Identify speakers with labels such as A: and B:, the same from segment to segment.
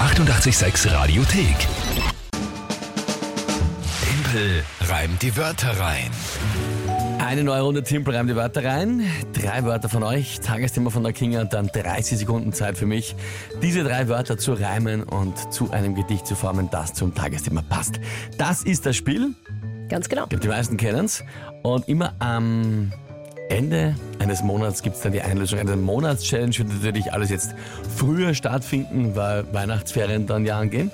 A: 886 Radiothek. Tempel reimt die Wörter rein.
B: Eine neue Runde Timpel reimt die Wörter rein. Drei Wörter von euch, Tagesthema von der Kinga und dann 30 Sekunden Zeit für mich, diese drei Wörter zu reimen und zu einem Gedicht zu formen, das zum Tagesthema passt. Das ist das Spiel.
C: Ganz genau.
B: Ich glaube, die meisten kennen es. Und immer am Ende eines Monats gibt es dann die Einlösung. Eine Monatschallenge wird natürlich alles jetzt früher stattfinden, weil Weihnachtsferien dann ja angehen.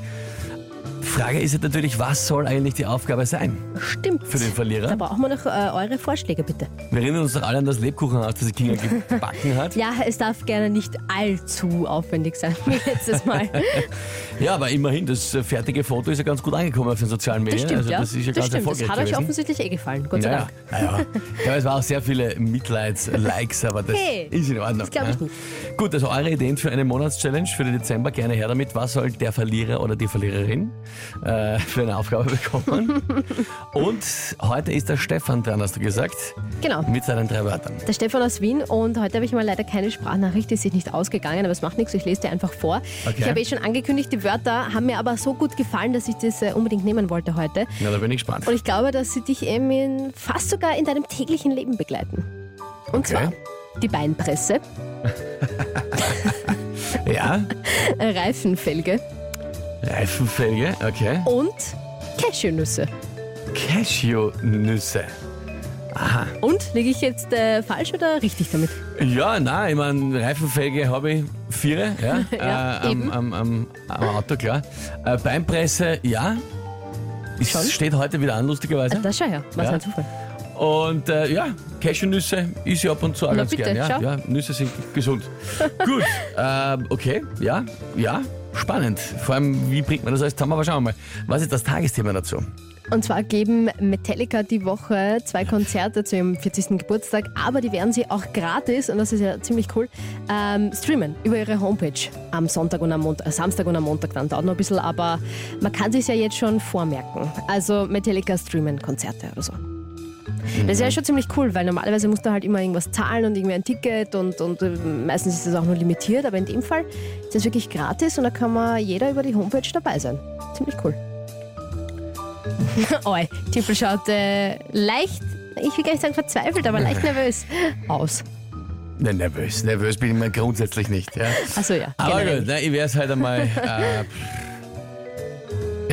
B: Frage ist jetzt natürlich, was soll eigentlich die Aufgabe sein?
C: Stimmt.
B: Für den Verlierer?
C: Da brauchen wir noch äh, eure Vorschläge, bitte.
B: Wir erinnern uns doch alle an das Lebkuchenhaus, das die Kinga gebacken hat.
C: Ja, es darf gerne nicht allzu aufwendig sein wie letztes Mal.
B: Ja, aber immerhin, das äh, fertige Foto ist ja ganz gut angekommen auf den sozialen Medien.
C: Das stimmt,
B: also,
C: ja.
B: das ist ja ganz
C: stimmt. Das
B: erfolgreich
C: hat euch
B: gewesen.
C: offensichtlich eh gefallen. Gott sei
B: Naja,
C: Dank.
B: naja. Ja, es waren auch sehr viele Mitleids-Likes, aber das
C: Hey,
B: ist in Ordnung.
C: das glaub ich
B: ja.
C: nicht.
B: Gut, also eure Ideen für eine Monatschallenge für den Dezember, gerne her damit. Was soll der Verlierer oder die Verliererin äh, für eine Aufgabe bekommen? Und heute ist der Stefan dran, hast du gesagt,
C: Genau.
B: mit seinen drei Wörtern.
C: Der Stefan aus Wien und heute habe ich mal leider keine Sprachnachricht, die ist sich nicht ausgegangen, aber es macht nichts, ich lese dir einfach vor.
B: Okay.
C: Ich habe eh schon angekündigt, die Wörter haben mir aber so gut gefallen, dass ich das äh, unbedingt nehmen wollte heute.
B: Na, da bin ich gespannt.
C: Und ich glaube, dass sie dich eben in, fast sogar in deinem täglichen Leben begleiten. Und
B: Okay.
C: zwar die Beinpresse,
B: Ja,
C: äh, Reifenfelge
B: Reifenfelge, okay.
C: und Cashewnüsse.
B: Cashew-Nüsse.
C: Und liege ich jetzt äh, falsch oder richtig damit?
B: Ja, nein, ich meine, Reifenfelge habe ich vier, ja,
C: Ja,
B: äh, am,
C: eben.
B: am, am, am Auto, klar. Äh, Beinpresse, ja.
C: Schon?
B: Es steht heute wieder an, lustigerweise.
C: Das Ah, schau her, was
B: Ja.
C: ein Zufall.
B: Und äh, ja, Cashewnüsse ist ja ab und zu auch
C: Na
B: ganz
C: bitte,
B: gern. Ja,
C: schau.
B: ja, Nüsse sind gesund. Gut, ähm, okay, ja, ja, spannend. Vor allem, wie bringt man das alles zusammen? Aber schauen wir mal, was ist das Tagesthema dazu?
C: Und zwar geben Metallica die Woche zwei Konzerte zu ihrem 40. Geburtstag, aber die werden sie auch gratis, und das ist ja ziemlich cool, ähm, streamen über ihre Homepage am Sonntag und am Montag, äh, Samstag und am Montag dann dauert noch ein bisschen, aber man kann sich ja jetzt schon vormerken. Also Metallica streamen Konzerte oder so. Das ist ja schon ziemlich cool, weil normalerweise musst du halt immer irgendwas zahlen und irgendwie ein Ticket und, und äh, meistens ist das auch nur limitiert, aber in dem Fall ist das wirklich gratis und da kann man jeder über die Homepage dabei sein. Ziemlich cool. Oi, Tippel schaut äh, leicht, ich will gar nicht sagen verzweifelt, aber leicht nervös aus.
B: Ne, nervös, nervös bin ich mir grundsätzlich nicht. Ja.
C: Also ja,
B: Aber
C: generell.
B: gut, ne, ich wär's halt einmal. Äh,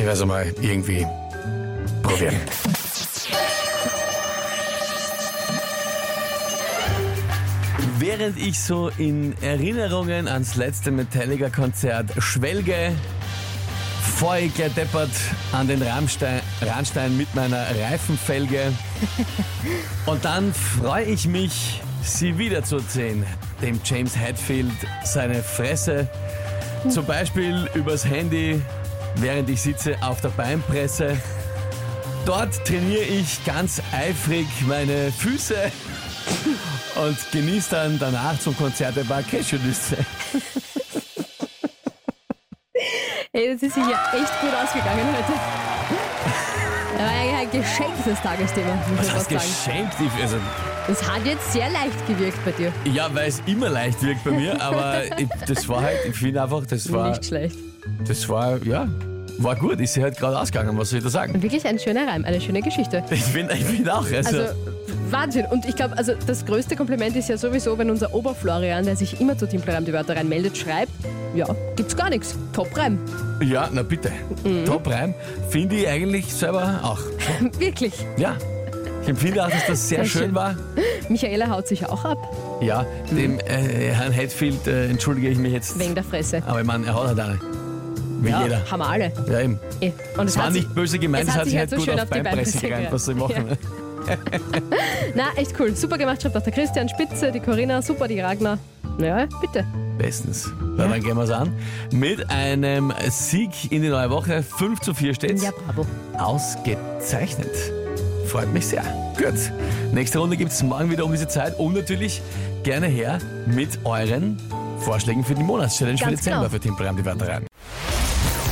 B: ich wär's einmal irgendwie probieren. Während ich so in Erinnerungen ans letzte Metallica-Konzert schwelge, voll gedeppert an den Rammstein, Rammstein mit meiner Reifenfelge. Und dann freue ich mich, Sie wiederzusehen, dem James Hetfield seine Fresse. Zum Beispiel übers Handy, während ich sitze auf der Beinpresse. Dort trainiere ich ganz eifrig meine Füße und genieße dann danach zum Konzert ein paar Cashewnüsse.
C: Ey, das ist sich ja echt gut ausgegangen heute. Das war ja ein geschenktes Tagesthema, muss ich
B: Das
C: fast
B: hast
C: sagen.
B: geschenkt. Ich- Also,
C: Das hat jetzt sehr leicht gewirkt bei dir.
B: ja, weil es immer leicht wirkt bei mir, aber ich, das war halt, ich finde einfach, das war,
C: Nicht schlecht.
B: das war, ja, war gut. Ist sie halt gerade ausgegangen, was soll ich da sagen?
C: Wirklich ein schöner Reim, eine schöne Geschichte.
B: Ich finde ich find auch, also,
C: Also Wahnsinn. Und ich glaube, also das größte Kompliment ist ja sowieso, wenn unser Oberflorian, der sich immer zu Timpelreim die Wörter reinmeldet, schreibt, ja, gibt's gar nichts. Top-Reim.
B: ja, na bitte.
C: Mhm.
B: Top Reim finde ich eigentlich selber auch.
C: Wirklich.
B: Ja, ich empfinde auch, dass das sehr,
C: Sehr
B: schön,
C: schön.
B: war.
C: Michaela haut sich auch ab,
B: Ja, dem äh, Herrn Hetfield äh, entschuldige ich mich jetzt.
C: Mhm. wegen der Fresse.
B: Aber ich meine, er hat halt eine. Wie
C: ja,
B: jeder.
C: haben wir alle.
B: Ja, eben.
C: Eh. Und
B: Es
C: es
B: war
C: hat sich,
B: nicht böse gemeint, es hat sich halt
C: so
B: gut
C: schön
B: auf
C: auf die
B: Beinpresse
C: Beinpresse
B: gerannt, was soll ich machen.
C: na, echt cool. Super gemacht, schreibt auch der Christian Spitze, die Corinna, super, die Ragnar. Ja, bitte.
B: Bestens. Na, dann gehen wir es an. Mit einem Sieg in die neue Woche. 5 zu 4 steht's.
C: Ja, bravo.
B: Ausgezeichnet. Freut mich sehr. Gut. Nächste Runde gibt's morgen wieder um diese Zeit. Und natürlich gerne her mit euren Vorschlägen für die Monatschallenge für
C: Ganz
B: Dezember
C: genau.
B: für Team Programm die Wörter rein.